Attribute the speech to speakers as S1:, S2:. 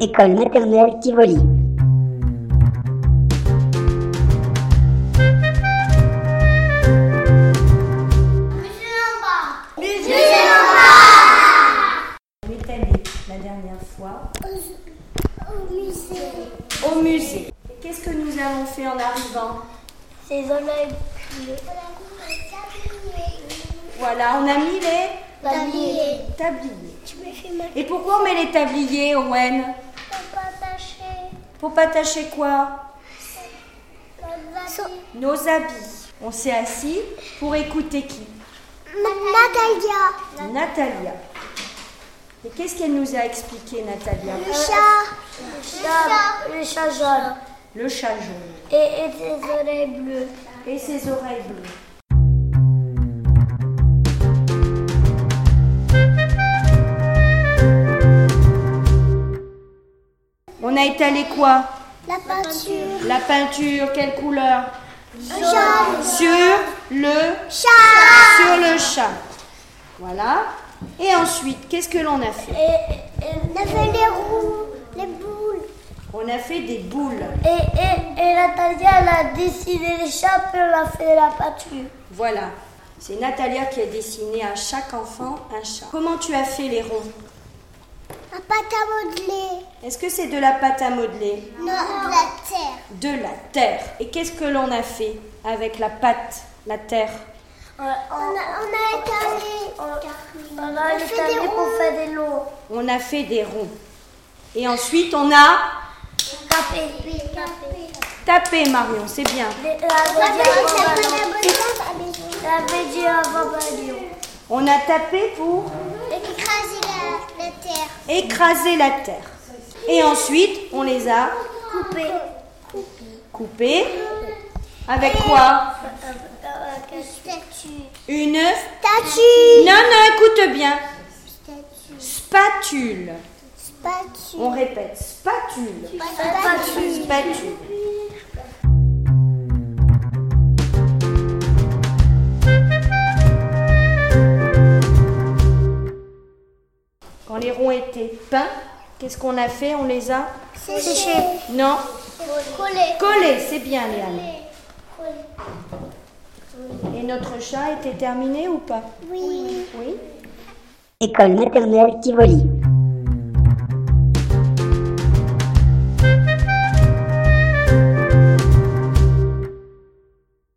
S1: l'école maternelle Tivoli.
S2: Où est allée la dernière fois
S3: Au musée.
S2: Au musée. Qu'est-ce que nous avons fait en arrivant
S3: C'est dans la
S2: Voilà, on a mis les
S3: Tablier.
S2: tabliers.
S3: Tu me fais mal.
S2: Et pourquoi on met les tabliers, Owen
S3: Papa attaché.
S2: Pour pas tâcher quoi
S3: So-
S2: Nos habits. On s'est assis pour écouter qui
S3: Natalia.
S2: Natalia. Et qu'est-ce qu'elle nous a expliqué, Natalia
S3: Le chat. Euh, Le chat. Le chat jaune.
S2: Le chat jaune
S3: Et, et ses oreilles bleues.
S2: et ses oreilles bleues. On a étalé quoi
S3: La peinture.
S2: La peinture, quelle couleur
S3: Jaune.
S2: Sur le
S3: Chat.
S2: sur le chat. Voilà. Et ensuite, qu'est-ce que l'on a fait
S3: Et, et la fait les roues. Les boules.
S2: On a fait des boules.
S3: Et, et, et Natalia, elle a dessiné les chats, puis elle a fait la peinture.
S2: Voilà. C'est Natalia qui a dessiné à chaque enfant un chat. Comment tu as fait les ronds
S3: La pâte à modeler.
S2: Est-ce que c'est de la pâte à modeler
S3: Non, la terre.
S2: De la terre. Et qu'est-ce que l'on a fait avec la pâte, la terre
S3: On a, on a étalé. On a étalé pour faire des lots.
S2: On a fait des ronds. Et ensuite, on a
S3: Tapé.
S2: tapé, Marion. C'est bien.
S3: J'avais dit avant Balion.
S2: On a tapé pour
S3: Écraser la, la terre.
S2: écraser la terre. Et ensuite, on les a
S3: Couper.
S2: coupés. Avec quoi
S3: Statue.
S2: Une...
S3: Statue.
S2: Non, non, écoute bien.
S3: Statue.
S2: Spatule.
S3: Spatule.
S2: On répète, spatule.
S3: Spatule.
S2: Spatule. Quand les ronds étaient peints, qu'est-ce qu'on a fait On les a
S3: Séché.
S2: Non
S3: Coller.
S2: Collés, c'est bien Léane. Et notre chat était terminé ou pas
S3: Oui.
S2: Oui.
S1: École maternelle Tivoli.